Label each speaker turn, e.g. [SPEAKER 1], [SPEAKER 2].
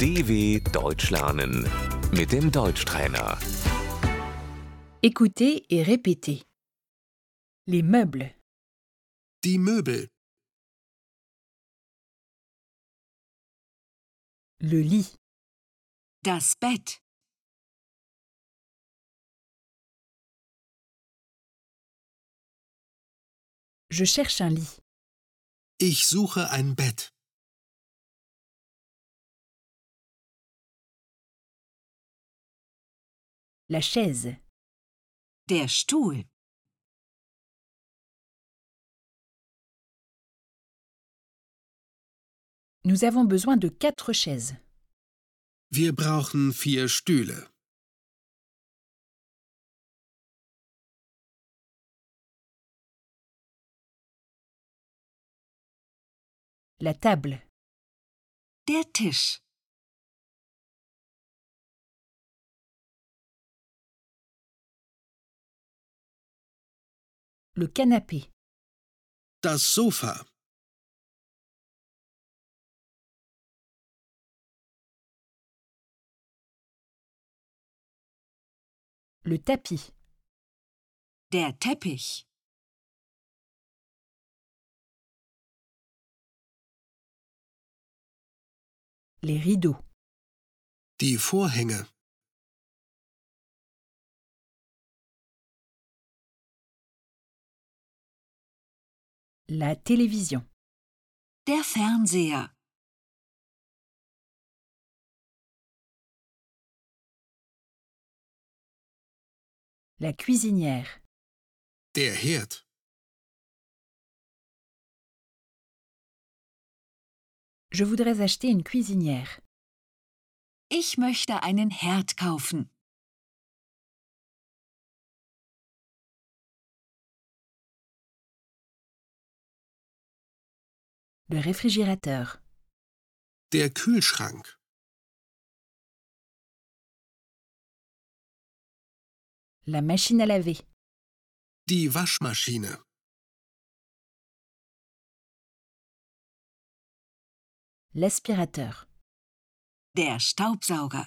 [SPEAKER 1] DW Deutsch lernen mit dem Deutschtrainer.
[SPEAKER 2] Écoutez et répétez. Les meubles,
[SPEAKER 3] Die Möbel,
[SPEAKER 2] le lit,
[SPEAKER 4] Das Bett,
[SPEAKER 2] je cherche un lit,
[SPEAKER 3] ich suche ein Bett,
[SPEAKER 2] la chaise,
[SPEAKER 4] der Stuhl,
[SPEAKER 2] nous avons besoin de quatre chaises,
[SPEAKER 3] wir brauchen vier Stühle,
[SPEAKER 2] la table,
[SPEAKER 4] der Tisch,
[SPEAKER 2] le canapé,
[SPEAKER 3] das Sofa,
[SPEAKER 2] le tapis,
[SPEAKER 4] der Teppich,
[SPEAKER 2] les rideaux,
[SPEAKER 3] die Vorhänge,
[SPEAKER 2] la télévision,
[SPEAKER 4] der Fernseher,
[SPEAKER 2] la cuisinière,
[SPEAKER 3] der Herd,
[SPEAKER 2] je voudrais acheter une cuisinière,
[SPEAKER 4] ich möchte einen Herd kaufen,
[SPEAKER 2] le réfrigérateur,
[SPEAKER 3] der Kühlschrank,
[SPEAKER 2] la machine à laver,
[SPEAKER 3] die Waschmaschine,
[SPEAKER 2] l'aspirateur,
[SPEAKER 4] der Staubsauger,